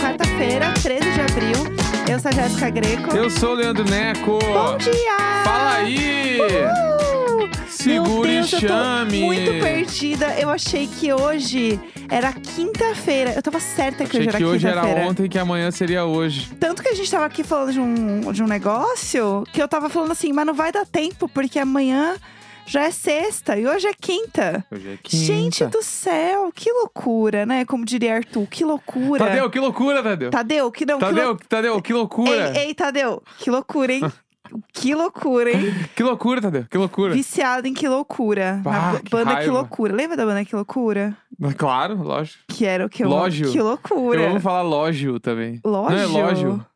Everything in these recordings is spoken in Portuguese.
quinta-feira, 13 é de abril. Eu sou a Jéssica Greco. Eu sou o Leandro Neco. Bom dia! Fala aí! Uhul! Segura Meu e Deus, chame! Eu tô muito perdida. Eu achei que hoje era quinta-feira. Eu tava certa que Achei hoje era que hoje era quinta-feira. ontem, que amanhã seria hoje. Tanto que a gente tava aqui falando de um, de um negócio que eu tava falando assim, mas não vai dar tempo, porque amanhã já é sexta e hoje é quinta. Hoje é quinta. Gente do céu, que loucura, né? Como diria Arthur, que loucura. Tadeu, que loucura, Tadeu. Tadeu, que não. que Tadeu, Tadeu, que lou- loucura. Ei, ei, Tadeu, que loucura, hein? que loucura, hein? Que loucura, Tadeu, que loucura. Viciado em que loucura. Bah, na que banda Que raiva. Loucura. Lembra da banda Que Loucura? Claro, lógico. Que era o que eu. Lógio. Que Eu loucura. né? amo falar lógio também. Lógio. Não é lógio?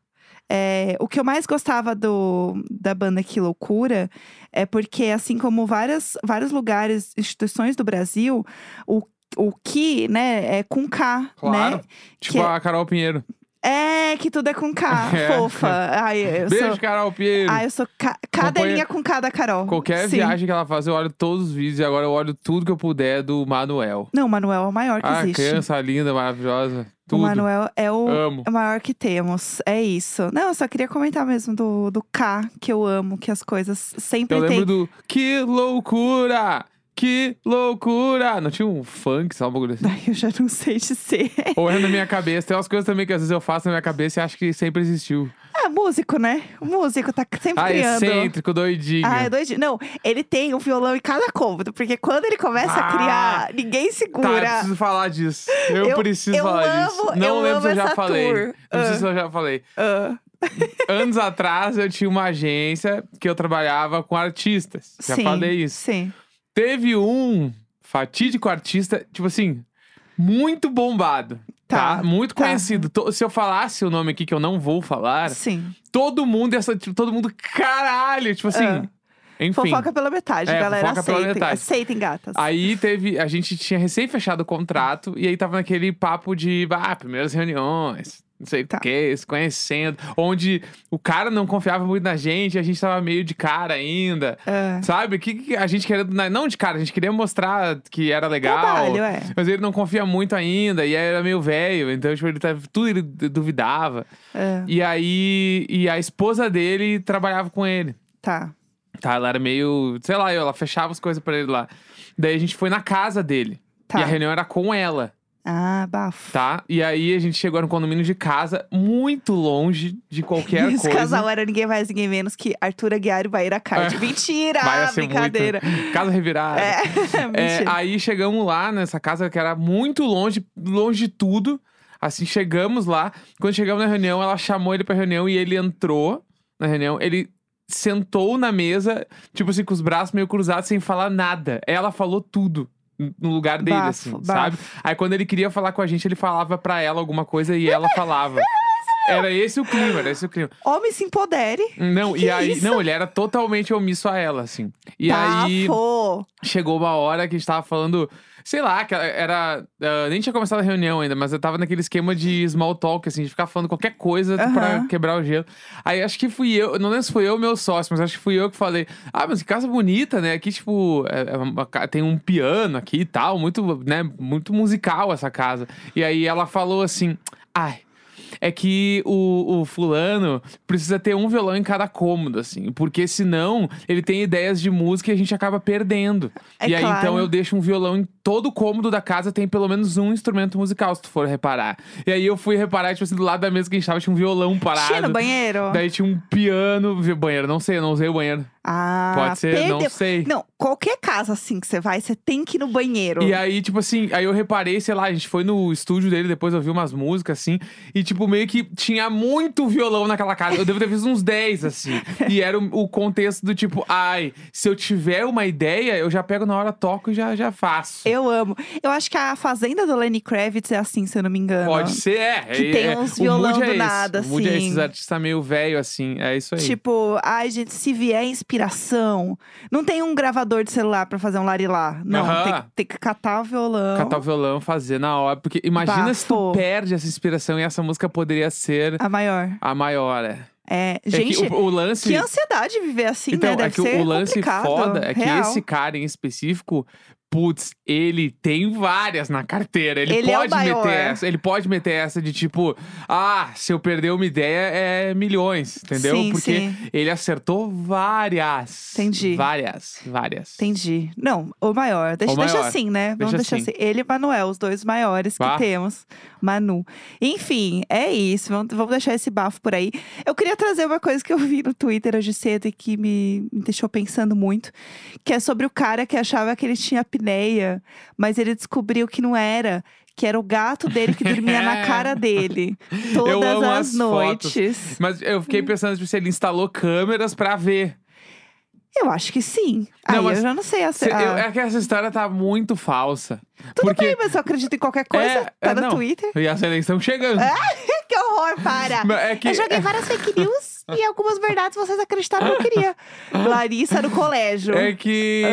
É, o que eu mais gostava do, da banda Que Loucura é porque, assim como várias, vários lugares, instituições do Brasil, o, o que, né, é com K, Claro. né? Tipo Que- a Carol Pinheiro. É, que tudo é com K, É. fofa. Ai, eu Beijo, sou, Carol Pinheiro. ai, eu sou ca, cada Acompanha- linha com K da Carol. Qualquer Sim. viagem que ela faz, eu olho todos os vídeos e agora eu olho tudo que eu puder do Manuel. Não, o Manuel é o maior que Ah, existe. criança linda, maravilhosa. O Tudo. Manuel é o, Amo. É o maior que temos, é isso. Não, eu só queria comentar mesmo do, do K, que eu amo, que as coisas sempre Então, Eu tem. lembro do Que loucura! Que loucura! Não tinha um funk, sabe um bagulho assim? Ai, eu já não sei de ser. Ou é na minha cabeça. Tem umas coisas também que às vezes eu faço na minha cabeça e acho que sempre existiu. Ah, músico, né? O músico tá sempre Ah, criando. excêntrico, doidinho. Tá, Ah, é doidinho. Não, ele tem um violão em cada cômodo, porque quando ele começa a Ah! criar, ninguém Tá, eu segura. preciso falar disso. Eu, Eu- preciso eu falar amo- disso. Não eu lembro se eu amo já essa falei. tour. Não sei Ah. se eu já falei. Ah, Anos atrás eu tinha uma agência que eu trabalhava com artistas. Já sim, falei isso. Sim. Teve um fatídico artista, tipo assim, muito bombado. Tá, Tá, muito tá. conhecido. To- Se eu falasse o nome aqui que eu não vou falar, Sim. todo mundo ia ser, tipo, todo mundo caralho, tipo assim. Ah. Enfim. Fofoca pela metade, É, galera. fofoca pela Aceitem, metade. aceitem gatas. Aí teve, a gente tinha recém fechado o contrato e aí tava naquele papo de, ah, primeiras reuniões, não sei Tá. o que, se conhecendo, onde o cara não confiava muito na gente, a gente tava meio de cara ainda. Ah, Sabe? Que, que a gente querendo. né, Não de cara, a gente queria mostrar que era legal. Trabalho, é. Mas ele não confia muito ainda, e aí era meio velho, então, tipo, ele tava, tudo ele d- duvidava. ah, E aí, e a esposa dele trabalhava com ele. tá. Tá, ela era meio, sei lá, ela fechava as coisas pra ele lá. Daí a gente foi na casa dele. Tá. E a reunião era com ela, Ah, bafo. tá? E aí a gente chegou no condomínio de casa, muito longe de qualquer Esse coisa. casal era ninguém mais, ninguém menos que Arthur Aguiar e Baíra Card. Mentira! Vai Ah, ser Ah, brincadeira. muito. Casa revirada. É, É, mentira. aí chegamos lá nessa casa que era muito longe, longe de tudo. Assim, chegamos lá. Quando chegamos na reunião, ela chamou ele pra reunião e ele entrou na reunião. Ele sentou na mesa, tipo assim, com os braços meio cruzados, sem falar nada. Ela falou tudo no lugar dele, Bafo, assim, bafo. sabe? Aí quando ele queria falar com a gente, ele falava pra ela alguma coisa e ela falava. Era esse o clima, era esse o clima. Homem se empodere. Não, Que é e aí. isso? Não, ele era totalmente omisso a ela, assim. E aí Bafo. chegou uma hora que a gente tava falando, sei lá, que era. ah, nem tinha começado a reunião ainda, mas eu tava naquele esquema de small talk, assim, de ficar falando qualquer coisa Aham. pra quebrar o gelo. Aí acho que fui eu, não lembro se foi eu ou meu sócio, mas acho que fui eu que falei: ah, mas que casa bonita, né? Aqui, tipo, é- é uma ca- tem um piano aqui e tal, muito, né? Muito musical essa casa. E aí ela falou assim: ai. É que o, o fulano precisa ter um violão em cada cômodo, assim. Porque senão ele tem ideias de música e a gente acaba perdendo. É e aí, claro. então, eu deixo um violão em todo cômodo da casa, tem pelo menos um instrumento musical, se tu for reparar. E aí eu fui reparar, tipo assim, do lado da mesa que a gente tava, tinha um violão parado. Tinha no banheiro? Daí tinha um piano. vi- Banheiro, não sei, eu não usei o banheiro. Ah, Pode ser, perdeu. não sei. Não, qualquer casa assim que você vai, você tem que ir no banheiro. E aí, tipo assim, aí eu reparei, sei lá, a gente foi no estúdio dele, depois eu vi umas músicas, assim, e tipo, meio que tinha muito violão naquela casa. Eu devo ter visto uns 10, assim. E era o, o contexto do tipo, ai, se eu tiver uma ideia, eu já pego na hora, toco e já, já faço. Eu amo. Eu acho que a fazenda do Lenny Kravitz é assim, se eu não me engano. Pode ser, é. Que é, tem é, uns o violão mood do é esse, nada, o mood é assim. esses artistas meio velho, assim, é isso aí. Tipo, ai, gente, se vier inspiração. Não tem um gravador de celular pra fazer um larilá. Não, Aham. tem, que- tem que catar o violão. Catar o violão, fazer na hora. Porque imagina se tu Bafo. perde essa inspiração e essa música poderia ser A maior. a maior, é. É, É que gente, o, o lance. Que ansiedade viver assim, então, né? Deve é que o- ser o lance complicado, foda é que real. esse cara em específico putz, ele tem várias na carteira. Ele, Ele é o pode maior. meter essa. Ele pode meter essa de tipo, ah, se eu perder uma ideia é milhões, entendeu? Sim, Porque sim. ele acertou várias. Entendi. Várias, várias. Entendi. Não, o maior. Deixa, O deixa maior. assim, né? Vamos Deixa deixar assim. Ele e Manuel, os dois maiores que Vá. temos. Manu. Enfim, é isso. Vamos, vamos deixar esse bafo por aí. Eu queria trazer uma coisa que eu vi no Twitter hoje cedo e que me, me deixou pensando muito. Que é sobre o cara que achava que ele tinha apneia, mas ele descobriu que não era. Que era o gato dele que dormia na cara dele. Todas amo as, as noites. fotos. Mas eu fiquei pensando tipo, se ele instalou câmeras pra ver. Eu acho que sim. Não, aí mas eu já não sei a, Se- a- eu- é que essa história tá muito falsa. Tudo porque bem, mas eu acredito em qualquer coisa. É, tá é, no não. Twitter. E as eleições chegando. Que horror, para! Mas É que, É. Eu joguei várias fake news e algumas verdades vocês acreditaram que eu queria. Larissa no colégio. É que.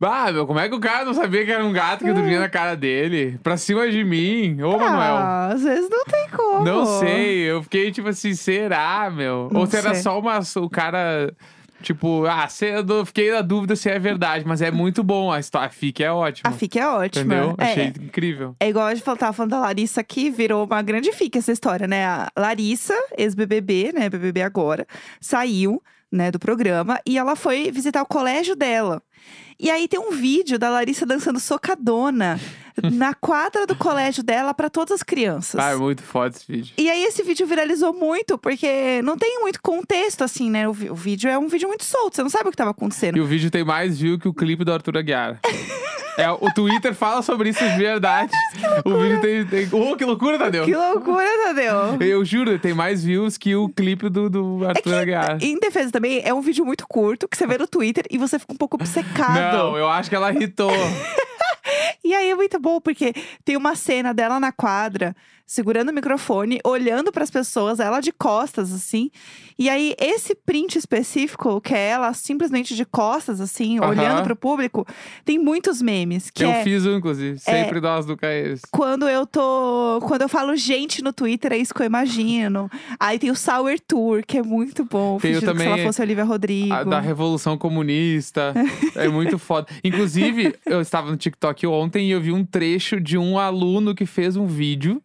Ah, meu, como é que o cara não sabia que era um gato que dormia na cara dele? Pra cima de mim? Ô, Manuel. É. ah, às vezes não tem como. Não sei. Eu fiquei tipo assim, será, meu? Não Ou será sei. só uma, o cara. Tipo, ah, se- eu dou- fiquei na dúvida se é verdade, mas é muito bom. A, histó- a FIC é A ótima. FIC é ótima. entendeu? É, Achei incrível. é igual a gente falou- tava falando da Larissa aqui, virou uma grande FIC essa história, né? A Larissa, ex-BBB, né? BBB agora, saiu, né, do programa e ela foi visitar o colégio dela. E aí tem um vídeo da Larissa dançando socadona na quadra do colégio dela para todas as crianças. Ah, é muito foda esse vídeo. E aí esse vídeo viralizou muito, porque não tem muito contexto, assim, né? O, vi- o vídeo é um vídeo muito solto, você não sabe o que tava acontecendo. E o vídeo tem mais view que o clipe do Arthur Aguiar. é, o Twitter fala sobre isso de verdade. o vídeo tem. tem... Oh, que loucura, Tadeu! Que loucura, Tadeu! Eu juro, tem mais views que o clipe do, do É Arthur Aguiar. que, em defesa também, é um vídeo muito curto, que você vê no Twitter e você fica um pouco obcecado. Não, eu acho que ela irritou. E aí é muito bom, porque tem uma cena dela na quadra, segurando o microfone, olhando para as pessoas, ela de costas, assim. E aí, esse print específico, que é ela simplesmente de costas, assim, Aham. olhando para o público, tem muitos memes. Que eu é... fiz um, inclusive. Sempre nós do Caes. quando eu tô. Quando eu falo gente no Twitter, é isso que eu imagino. Aí tem o Sour Tour, que é muito bom. Tem o Fingindo que se também ela fosse a Olivia Rodrigo. A- da Revolução Comunista. é muito foda. Inclusive, eu estava no TikTok ontem e eu vi um trecho de um aluno que fez um vídeo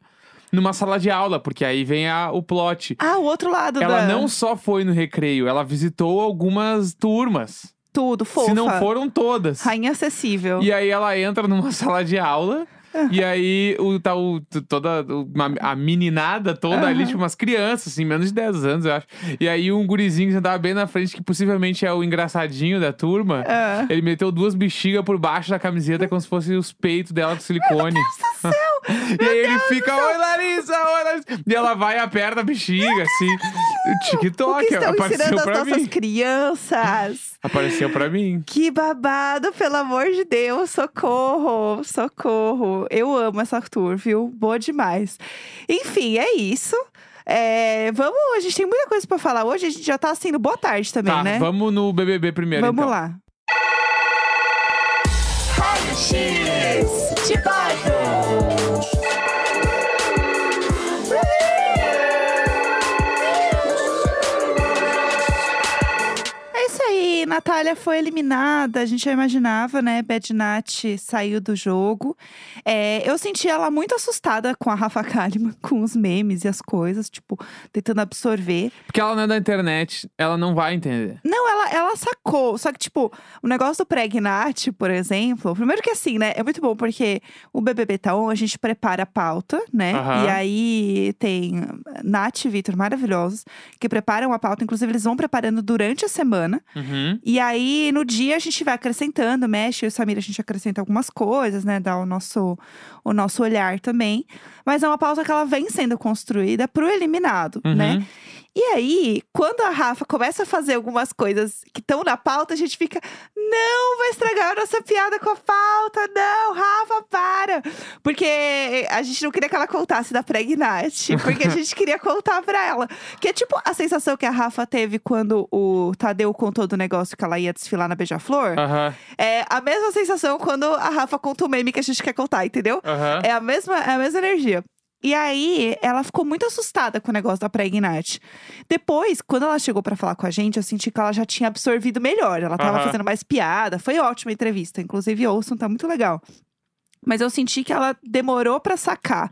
numa sala de aula, porque aí vem a- o plot. Ah, o outro lado Ela da... não só foi no recreio, ela visitou algumas turmas. Tudo, fofa. Se não foram todas. Rainha acessível. E aí ela entra numa sala de aula. E aí, o, tá o, t- toda o- uma- a meninada toda ali, Aham. tipo umas crianças, assim, menos de 10 anos, eu acho. E aí, um gurizinho que sentava bem na frente, que possivelmente é o engraçadinho da turma, Ah. ele meteu duas bexigas por baixo da camiseta, como se fossem os peitos dela com silicone. e aí, ele fica, oi Larissa, oi Larissa. E ela vai e aperta a bexiga, assim. o que TikTok, estão apareceu ensinando as pra nossas mim. crianças? Apareceu pra mim. Que babado, pelo amor de Deus, socorro, socorro. Eu amo essa tour, viu? Boa demais. Enfim, é isso. É, vamos, a gente tem muita coisa pra falar hoje, a gente já tá sendo boa tarde também, Tá, né? vamos no BBB primeiro, Vamos então. lá. Raio-X de É isso aí, Natália foi eliminada, a gente já imaginava, né? Bad Nat saiu do jogo. É, eu senti ela muito assustada com a Rafa Kalimann, com os memes e as coisas, tipo, tentando absorver. Porque ela não é da internet, ela não vai entender. Não, ela, ela sacou. Só que, tipo, o negócio do Pregnat, por exemplo. Primeiro que assim, né? É muito bom porque o BBB tá on, a gente prepara a pauta, né? Aham. E aí tem Nath e Vitor maravilhosos que preparam a pauta. Inclusive, eles vão preparando durante a semana. Uhum. E aí, no dia, a gente vai acrescentando, mexe. Eu e o Samir, a gente acrescenta algumas coisas, né? Dá o nosso, o nosso olhar também. Mas é uma pauta que ela vem sendo construída pro eliminado, Uhum. né? E aí, quando a Rafa começa a fazer algumas coisas que estão na pauta, a gente fica: não, vai estragar a nossa piada com a pauta, não, Rafa, para! Porque a gente não queria que ela contasse da Pregnat, porque a gente queria contar pra ela. Que é tipo a sensação que a Rafa teve quando o Tadeu contou do negócio que ela ia desfilar na Beija-Flor. Aham, É a mesma um sensação quando a Rafa conta o meme que a gente quer contar, entendeu? aham. É a mesma, é a mesma energia. E aí, ela ficou muito assustada com o negócio da Pregnat. Depois, quando ela chegou pra falar com a gente, eu senti que ela já tinha absorvido melhor. Ela tava Aham. fazendo mais piada. Foi ótima a entrevista. Inclusive, ouçam, tá muito legal. Mas eu senti que ela demorou pra sacar.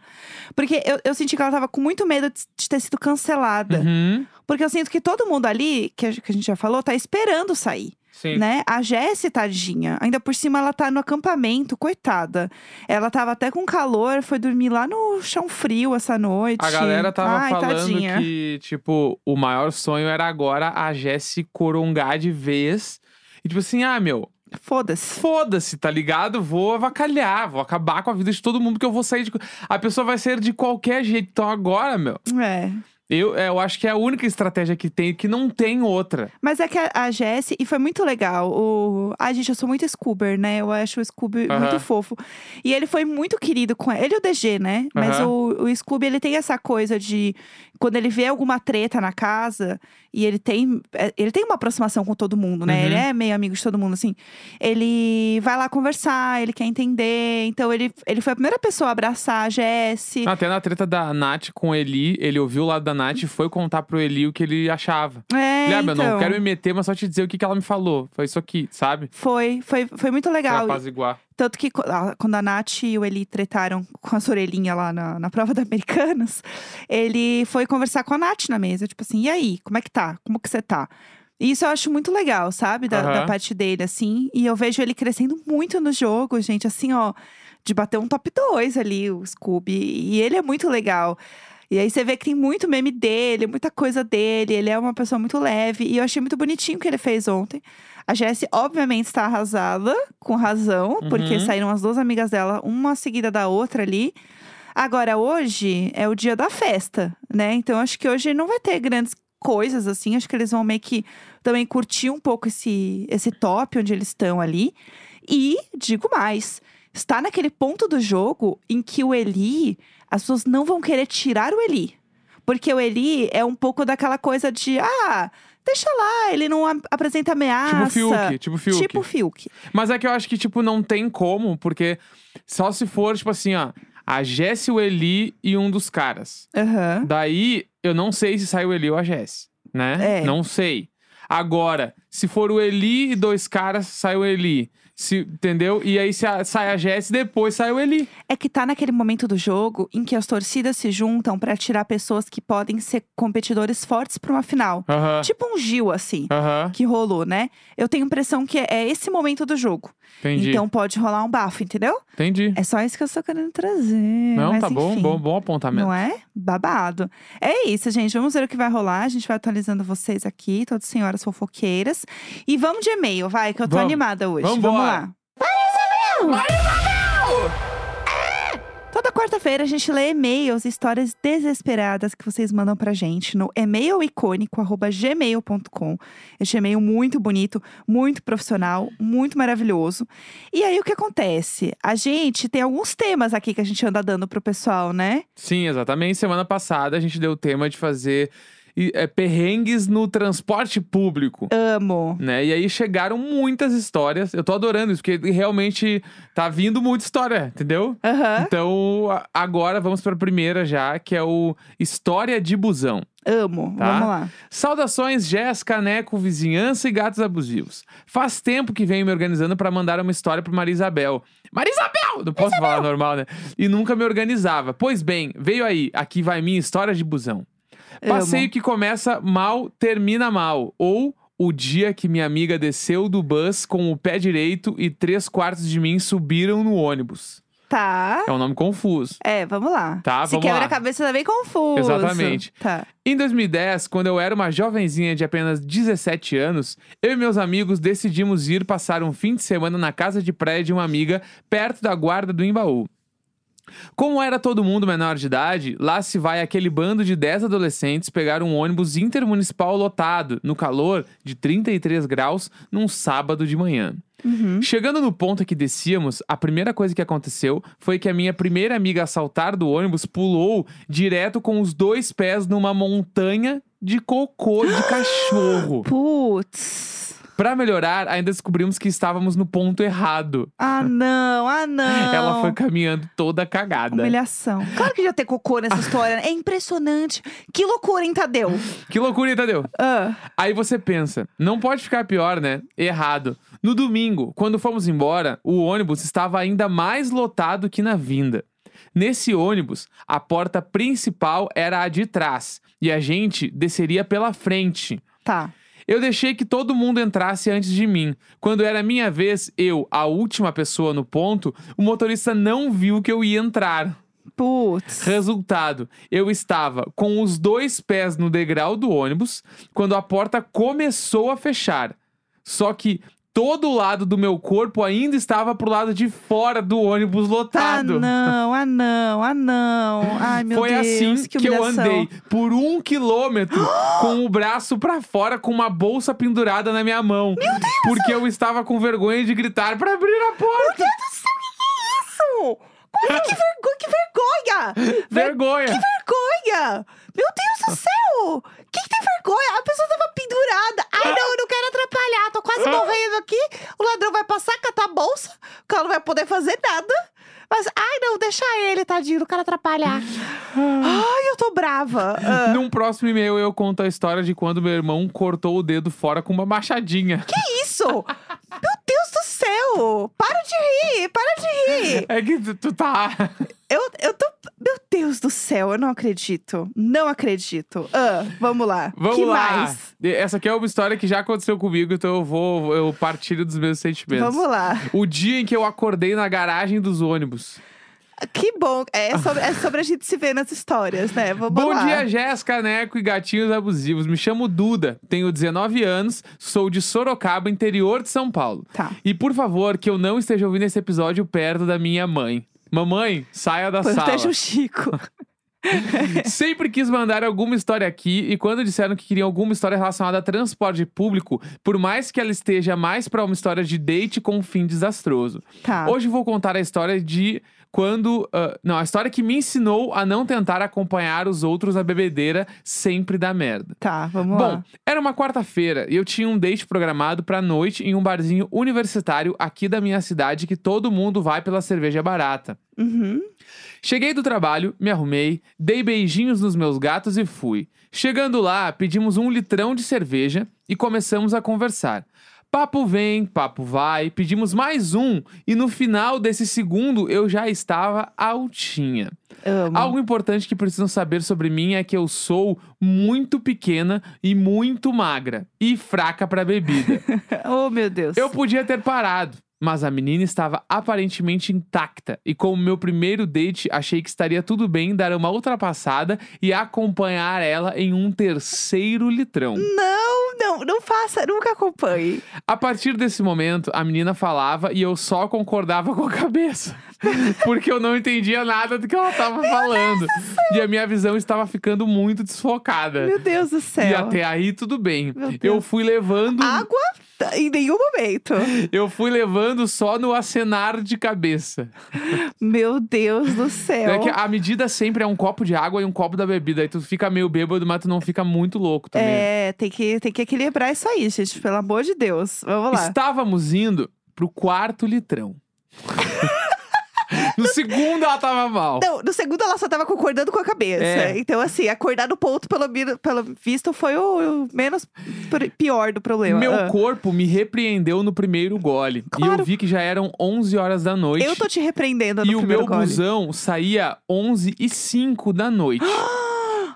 Porque eu, eu senti que ela tava com muito medo de, de ter sido cancelada. Uhum. Porque eu sinto que todo mundo ali, que a, que a gente já falou, tá esperando sair, Sim. né? A Jessie, tadinha. Ainda por cima, ela tá no acampamento, coitada. Ela tava até com calor, foi dormir lá no chão frio essa noite. A galera tava Ai, falando tadinha. que, tipo, o maior sonho era agora a Jessie corongar de vez. E tipo assim, ah, meu, Foda-se. foda-se, tá ligado? Vou avacalhar, vou acabar com a vida de todo mundo que eu vou sair de. A pessoa vai ser de qualquer jeito. Então agora, meu, É. eu, é, eu acho que é a única estratégia que tem, que não tem outra. Mas é que a, a Jessie, e foi muito legal. O... Ai, gente, eu sou muito Scoober, né? Eu acho o Scooby Aham. muito fofo. E ele foi muito querido com ela. Ele e o DG, né? Mas Aham. o, o Scooby, ele tem essa coisa de quando ele vê alguma treta na casa e ele tem. é, Ele tem uma aproximação com todo mundo, né? Uhum. Ele é meio amigo de todo mundo, assim. Ele vai lá conversar, ele quer entender. Então ele, ele foi a primeira pessoa a abraçar a Jessie. Até na treta da Nath com o Eli, ele ouviu o lado da Nath e foi contar pro Eli o que ele achava. É, Ele, ah, meu, então, não quero me meter, mas só te dizer o que, que ela me falou. Foi isso aqui, sabe? foi, foi, foi muito Pra legal. apaziguar. Tanto que co- a- quando a Nath e o Eli tretaram com as orelhinhas lá na, na prova da Americanas, ele foi conversar com a Nath na mesa. Tipo assim, e aí, como é que tá? Como que você tá? E Isso eu acho muito legal, sabe? Da, da Aham. parte dele, assim. E eu vejo ele crescendo muito no jogo, gente. Assim, ó, de bater um top 2 ali, o Scooby. E ele é muito legal. E aí você vê que tem muito meme dele, muita coisa dele. Ele é uma pessoa muito leve. E eu achei muito bonitinho o que ele fez ontem. A Jessie, obviamente, está arrasada, com razão, porque Uhum. saíram as duas amigas dela, uma seguida da outra ali. Agora, hoje é o dia da festa, né? Então, acho que hoje não vai ter grandes coisas, assim. Acho que eles vão meio que também curtir um pouco esse, esse top onde eles estão ali. E, digo mais, está naquele ponto do jogo em que o Eli, as pessoas não vão querer tirar o Eli. Porque o Eli é um pouco daquela coisa de, ah, deixa lá, ele não a- apresenta ameaça. Tipo Fiuk, tipo Fiuk. Ah, Tipo Fiuk. Mas é que eu acho que, tipo, não tem como, porque só se for, tipo assim, ó, a Jess, o Eli e um dos caras. Aham. Daí, eu não sei se sai o Eli ou a Jess, né? É. Não sei. Agora, se for o Eli e dois caras, sai o Eli. Se, entendeu? E aí se a- sai a Jess, depois sai o Eli. É que tá naquele momento do jogo em que as torcidas se juntam pra tirar pessoas que podem ser competidores fortes pra uma final. Aham. Tipo um Gil, assim, Aham. que rolou, né? Eu tenho a impressão que é esse momento do jogo. Entendi. Então pode rolar um bafo, entendeu? Entendi. É só isso que eu estou querendo trazer. não, é, mas tá bom, enfim. bom, bom apontamento. Não é? Babado. É isso, gente. Vamos ver o que vai rolar. A gente vai atualizando vocês aqui, todas senhoras fofoqueiras. E vamos de e-mail, vai, que eu tô Vamos. animada hoje. Vambora. Vamos lá. Toda quarta-feira a gente lê e-mails, e histórias desesperadas que vocês mandam pra gente no e-mailicônico.gmail.com. Esse e-mail muito bonito, muito profissional, muito maravilhoso. E aí o que acontece? A gente tem alguns temas aqui que a gente anda dando pro pessoal, né? Sim, exatamente. Semana passada a gente deu o tema de fazer e- é, perrengues no transporte público. Amo. né? E aí chegaram muitas histórias. Eu tô adorando isso, porque realmente tá vindo muita história, entendeu? Aham, Então, a- agora vamos pra primeira já, que é o História de Busão. amo. Tá. Vamos lá. Saudações, Jéssica, Caneco, vizinhança e gatos abusivos. Faz tempo que venho me organizando pra mandar uma história pro Maria Isabel. Maria Isabel! Não posso falar normal, né? E nunca me organizava. Pois bem, veio aí. Aqui vai minha história de busão. Amo. Passeio que começa mal, termina mal. Ou o dia que minha amiga desceu do bus com o pé direito e três quartos de mim subiram no ônibus. Tá. É um nome confuso. É, vamos lá. Tá, Se vamos lá. quebra-cabeça tá bem confuso. Exatamente. Tá. Em 2010, quando eu era uma jovenzinha de apenas 17 anos, eu e meus amigos decidimos ir passar um fim de semana na casa de praia de uma amiga perto da guarda do Embaú. Como era todo mundo menor de idade, lá se vai aquele bando de 10 adolescentes pegar um ônibus intermunicipal lotado, no calor de 33 graus, num sábado de manhã. Uhum. Chegando no ponto que descíamos, a primeira coisa que aconteceu foi que a minha primeira amiga a saltar do ônibus pulou direto com os dois pés numa montanha de cocô de cachorro. Putz. Pra melhorar, ainda descobrimos que estávamos no ponto errado. Ah, não, ah, não. Ela foi caminhando toda cagada. Humilhação. Claro que já tem cocô nessa história. né? É impressionante. Que loucura, hein, Tadeu? Que loucura, entendeu? Ah, Aí você pensa, não pode ficar pior, né? Errado. No domingo, quando fomos embora, o ônibus estava ainda mais lotado que na vinda. Nesse ônibus, a porta principal era a de trás e a gente desceria pela frente. tá. Eu deixei que todo mundo entrasse antes de mim. Quando era minha vez, eu, a última pessoa no ponto, o motorista não viu que eu ia entrar. Putz. Resultado: eu estava com os dois pés no degrau do ônibus quando a porta começou a fechar. Só que todo o lado do meu corpo ainda estava pro lado de fora do ônibus Ah, lotado. não, ah, não, ah, não. Ai, meu Foi Deus, assim que, que eu humilhação. andei por um quilômetro com o braço pra fora com uma bolsa pendurada na minha mão. Meu Deus! Porque eu estava com vergonha de gritar pra abrir a porta. é Isso! Olha que, vergo- que vergonha! Ver- Vergonha! vergonha! Meu Deus do céu! Quem tem vergonha? A pessoa tava pendurada. Ai, não, eu não quero atrapalhar. Tô quase morrendo aqui. O ladrão vai passar, catar a bolsa. O cara não vai poder fazer nada. Mas, ai, não, deixa ele, tadinho. Não quero atrapalhar. ai, eu tô brava. Ah, Num próximo e-mail eu conto a história de quando meu irmão cortou o dedo fora com uma machadinha. que isso? Meu Deus do céu! Para de rir, para de rir. É que tu, tu tá. Eu, eu tô... Meu Deus do céu, eu não acredito. Não acredito. Ah, vamos lá. Vamos que lá. mais? Essa aqui é uma história que já aconteceu comigo, então eu vou eu partilho dos meus sentimentos. Vamos lá. O dia em que eu acordei na garagem dos ônibus. Que bom. É sobre, é sobre a gente se ver nas histórias, né? Vamos Bom lá. dia, Jéssica, Neco e gatinhos abusivos. Me chamo Duda, tenho 19 anos, sou de Sorocaba, interior de São Paulo. Tá. E por favor, que eu não esteja ouvindo esse episódio perto da minha mãe. Mamãe, saia da sala. Planteja o Chico. Sempre quis mandar alguma história aqui e quando disseram que queriam alguma história relacionada a transporte público, por mais que ela esteja mais pra uma história de date com um fim desastroso. Tá. Hoje vou contar a história de quando, ah, não, a história que me ensinou a não tentar acompanhar os outros na bebedeira sempre dá merda. Tá, vamos Bom, lá. era uma quarta-feira e eu tinha um date programado pra noite em um barzinho universitário aqui da minha cidade que todo mundo vai pela cerveja barata. Uhum. Cheguei do trabalho, me arrumei, dei beijinhos nos meus gatos e fui. Chegando lá, pedimos um litrão de cerveja e começamos a conversar. Papo vem, papo vai, pedimos mais um e no final desse segundo eu já estava altinha. Amo. Algo importante que precisam saber sobre mim é que eu sou muito pequena e muito magra e fraca para bebida. Oh, meu Deus. Eu podia ter parado, mas a menina estava aparentemente intacta. E como meu primeiro date, achei que estaria tudo bem dar uma ultrapassada e acompanhar ela em um terceiro litrão. Não, não, não faça. Nunca acompanhe. A partir desse momento, a menina falava e eu só concordava com a cabeça. Porque eu não entendia nada do que ela estava falando. E a minha visão estava ficando muito desfocada. Meu Deus do céu. E até aí tudo bem. Meu Deus. Eu fui levando Água tá, em nenhum momento. eu fui levando só no acenar de cabeça. Meu Deus do É céu. que a medida sempre é um copo de água e um copo da bebida. Aí tu fica meio bêbado, mas tu não fica muito louco também. É, tem que, tem que equilibrar isso aí, gente. Pelo amor de Deus. Vamos lá. Estávamos indo pro quarto litrão. no segundo ela tava mal. Não, no segundo ela só tava concordando com a cabeça. É. Então, assim, acordar no ponto, pelo, mi- pelo visto, foi o, o menos pri- pior do problema. Meu Ah. corpo me repreendeu no primeiro gole. E Claro. eu vi que já eram 11 horas da noite. Eu tô te repreendendo e no o primeiro meu gole. busão saía 11 e 5 da noite.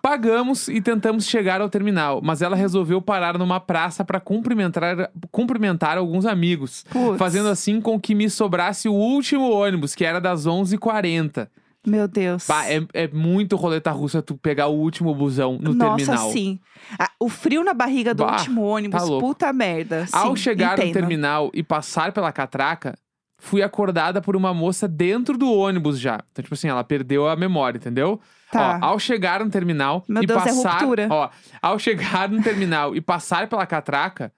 Pagamos e tentamos chegar ao terminal, mas ela resolveu parar numa praça para cumprimentar, cumprimentar alguns amigos. Putz. Fazendo assim com que me sobrasse o último ônibus, que era das 11h40. Meu Deus. Bah, é, é muito roleta russa tu pegar o último busão no Nossa, terminal. sim. Ah, o frio na barriga do Bah, último ônibus, tá louco. puta merda. Sim, Ao chegar entendo. no terminal e passar pela catraca, fui acordada por uma moça dentro do ônibus já. Então, tipo assim, ela perdeu a memória, entendeu? Tá. Ó, ao chegar no terminal Meu e Deus, é passar. ruptura. ó, ao chegar no terminal e passar pela catraca,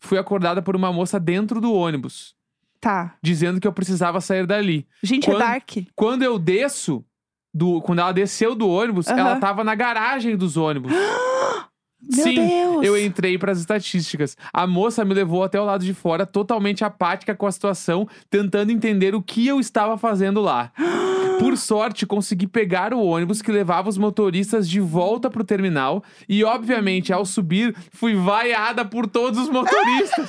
fui acordada por uma moça dentro do ônibus, Tá. dizendo que eu precisava sair dali. Gente, Quando- é dark. Quando eu desço. Do, quando ela desceu do ônibus, Aham. ela tava na garagem dos ônibus. Meu Sim, Deus! eu entrei pras estatísticas. A moça me levou até o lado de fora, totalmente apática com a situação, tentando entender o que eu estava fazendo lá. Por sorte, consegui pegar o ônibus que levava os motoristas de volta pro terminal e, obviamente, ao subir, fui vaiada por todos os motoristas.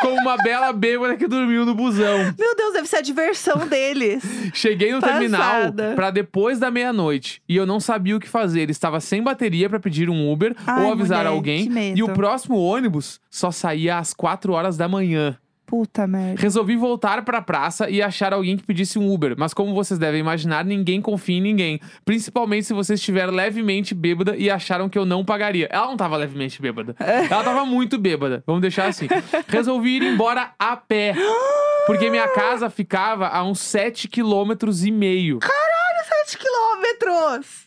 com uma bela bêbada que dormiu no busão. Meu Deus, deve ser a diversão deles. Cheguei no Passada. terminal pra depois da meia-noite e eu não sabia o que fazer. Estava sem bateria pra pedir um Uber Ai, ou avisar mulher, alguém. que medo. E o próximo ônibus só saía às 4 horas da manhã. Puta merda. Resolvi voltar pra praça e achar alguém que pedisse um Uber, mas como vocês devem imaginar, ninguém confia em ninguém, principalmente se você estiver levemente bêbada e acharam que eu não pagaria. Ela não tava levemente bêbada. Ela tava muito bêbada, vamos deixar assim. Resolvi ir embora a pé. Porque minha casa ficava a uns 7 quilômetros e meio. 7 quilômetros!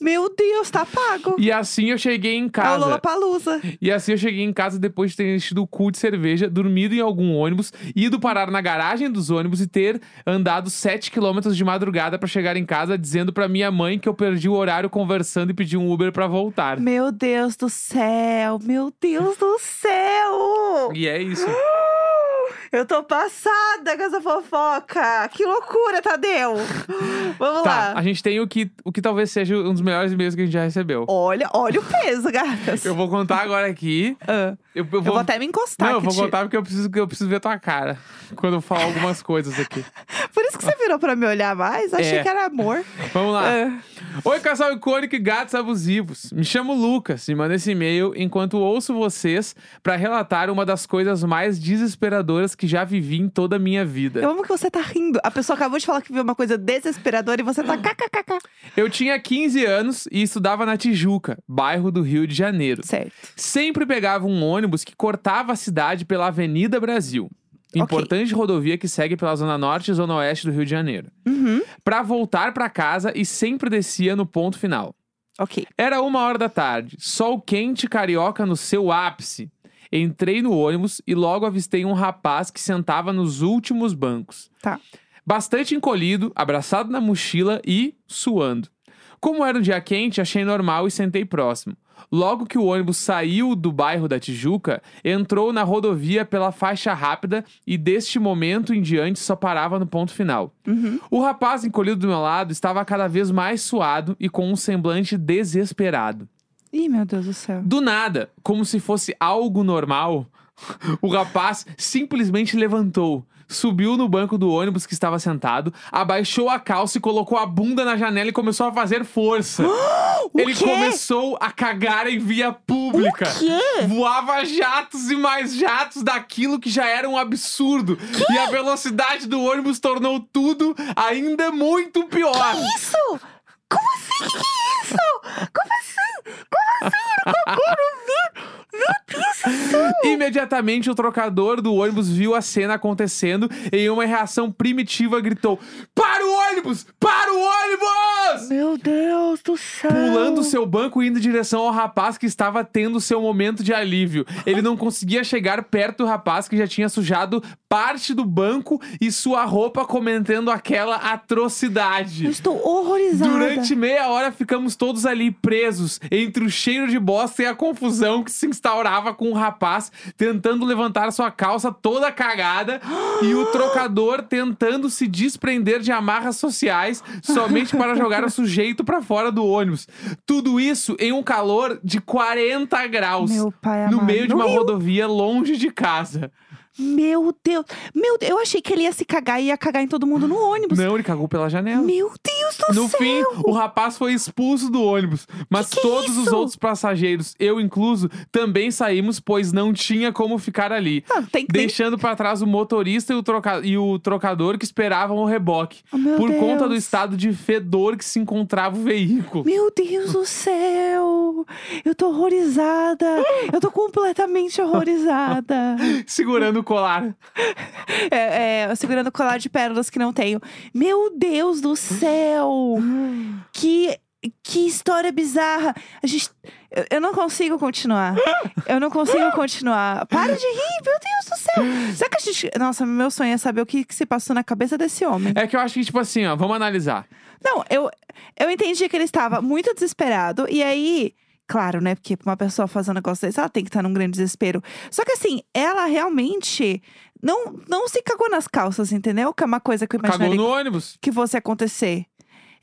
Meu Deus, tá pago. E assim eu cheguei em É o casa. Lollapalooza. E assim eu cheguei em casa depois de ter enchido o cu de cerveja, dormido em algum ônibus, ido parar na garagem dos ônibus e ter andado 7 quilômetros de madrugada pra chegar em casa, dizendo pra minha mãe que eu perdi o horário conversando e pedi um Uber pra voltar. Meu Deus do céu, meu Deus do céu! E é isso. Eu tô passada com essa fofoca! Que loucura, Tadeu! Vamos Tá, a lá. gente tem o que, o que talvez seja um dos melhores e-mails que a gente já recebeu. Olha, olha o peso, gatas. Eu vou contar agora aqui. Ah, Eu, eu eu vou. vou até me encostar não, eu aqui, vou Ti. contar porque eu preciso, eu preciso ver tua cara quando eu falar algumas coisas aqui. Por isso que você virou pra me olhar mais. Achei É. que era amor. Vamos lá. Ah. Oi, casal icônico e gatos abusivos. Me chamo Lucas e mando esse e-mail enquanto ouço vocês para relatar uma das coisas mais desesperadoras que já vivi em toda a minha vida. Eu amo que você tá rindo. A pessoa acabou de falar que viu uma coisa desesperadora e você Ah. tá kkkk. Eu tinha 15 anos e estudava na Tijuca, bairro do Rio de Janeiro. Certo. Sempre pegava um ônibus que cortava a cidade pela Avenida Brasil. Ok. Importante rodovia que segue pela zona norte e zona oeste do Rio de Janeiro. Uhum. Para voltar para casa e sempre descia no ponto final. Ok. Era uma hora da tarde, sol quente carioca no seu ápice. Entrei no ônibus e logo avistei um rapaz que sentava nos últimos bancos. Tá. Bastante encolhido, abraçado na mochila e suando. Como era um dia quente, achei normal e sentei próximo. Logo que o ônibus saiu do bairro da Tijuca, entrou na rodovia pela faixa rápida e deste momento em diante só parava no ponto final. Uhum. O rapaz encolhido do meu lado estava cada vez mais suado e com um semblante desesperado. Ih, meu Deus do céu. Do nada, como se fosse algo normal, o rapaz simplesmente levantou, subiu no banco do ônibus que estava sentado, abaixou a calça e colocou a bunda na janela e começou a fazer força. O Ele quê? começou a cagar em via O pública. quê? Voava jatos e mais jatos daquilo que já era um absurdo. E a velocidade do ônibus tornou tudo ainda muito pior. Isso? Como assim? Que que é isso? Como assim? Como assim? Era cocô no vidro? Meu Deus do céu. Imediatamente o trocador do ônibus viu a cena acontecendo e em uma reação primitiva gritou: Para o ônibus! Para o ônibus! Meu Deus do céu. Pulando seu banco e indo em direção ao rapaz que estava tendo seu momento de alívio. Ele não conseguia chegar perto do rapaz que já tinha sujado parte do banco e sua roupa comentando aquela atrocidade. Eu estou horrorizada. Durante meia hora ficamos todos ali presos entre o cheiro de bosta e a confusão que se instaurava com o rapaz tentando levantar sua calça toda cagada e o trocador tentando se desprender de amarras sociais somente para jogar o sujeito para fora do ônibus. Tudo isso em um calor de 40 graus. Meu pai amado. no meio de uma Rio. rodovia longe de casa. Meu Deus. Meu Deus, eu achei que ele ia se cagar e ia cagar em todo mundo no ônibus. Não, ele cagou pela janela. Meu Deus do No céu. fim, o rapaz foi expulso do ônibus, mas Que que é todos os isso? outros passageiros, eu incluso, também saímos, pois não tinha como ficar ali. Não, Ah, tem que Deixando pra trás o motorista e o, troca- e o trocador que esperavam o reboque, Oh, meu por Deus. conta do estado de fedor que se encontrava o veículo. Meu Deus do céu! Eu tô horrorizada! Eu tô completamente horrorizada! Segurando o colar. É, é, segurando o colar de pérolas que não tenho. Meu Deus do céu! Que, que história bizarra! A gente. eu- Eu não consigo continuar. Eu não consigo continuar. Para de rir, meu Deus do céu! Será que a gente. Nossa, meu sonho é saber o que, que se passou na cabeça desse homem. É que eu acho que, tipo assim, ó, vamos analisar. Não, eu, eu entendi que ele estava muito desesperado. E aí, Claro, né? Porque pra uma pessoa fazer um negócio desse, ela tem que estar num grande desespero. Só que assim, ela realmente não, não se cagou nas calças, entendeu? Que é uma coisa que eu Cagou imaginaria no ônibus. que fosse acontecer.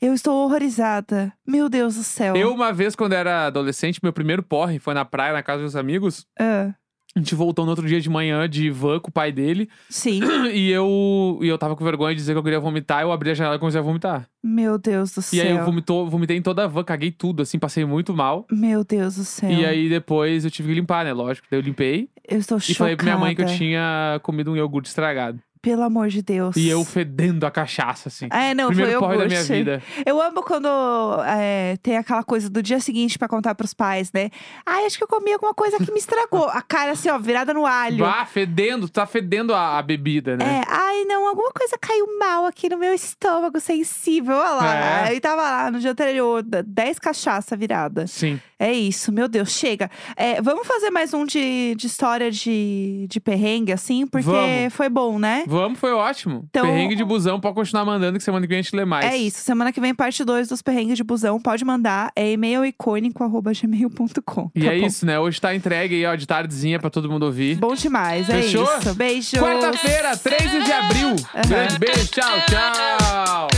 Eu estou horrorizada. Meu Deus do céu. Eu, uma vez, quando era adolescente, meu primeiro porre foi na praia, na casa dos amigos. Ah, A gente voltou no outro dia de manhã de van com o pai dele. sim. E eu, e eu tava com vergonha de dizer que eu queria vomitar. Eu abri a janela e comecei a vomitar. Meu Deus do E céu. aí eu vomitou, vomitei em toda a van, caguei tudo, assim, passei muito mal. Meu Deus do céu. E aí depois eu tive que limpar, né? Lógico. Daí eu limpei eu estou e chocada. falei pra minha mãe que eu tinha comido um iogurte estragado. Pelo amor de Deus. E eu fedendo a cachaça, assim. É, não, Primeiro foi porre da minha iogurte. vida. Eu amo quando é, tem aquela coisa do dia seguinte pra contar pros pais, né? Ai, acho que eu comi alguma coisa que me estragou. A cara assim, ó, virada no alho. Bah, fedendo, tá fedendo a, a bebida, né? É, ai, não, alguma coisa caiu mal aqui no meu estômago sensível. Olha lá. É. Eu tava lá no dia anterior, d- 10 cachaça virada. Sim. É isso, meu Deus, chega. É, vamos fazer mais um de, de história de, de perrengue, assim, porque Vamos. foi bom, né? Vamos, foi ótimo. Então- Perrengue de busão, pode continuar mandando que semana que vem a gente lê mais. É isso. Semana que vem, parte 2 dos perrengues de busão. Pode mandar. É e-mail icônico.gmail.com. E tá é bom? isso, né? Hoje tá entregue aí, ó, de tardezinha pra todo mundo ouvir. Bom demais, Fechou? é isso. Beijo. Quarta-feira, 13 de abril. Grande beijo, tchau, tchau.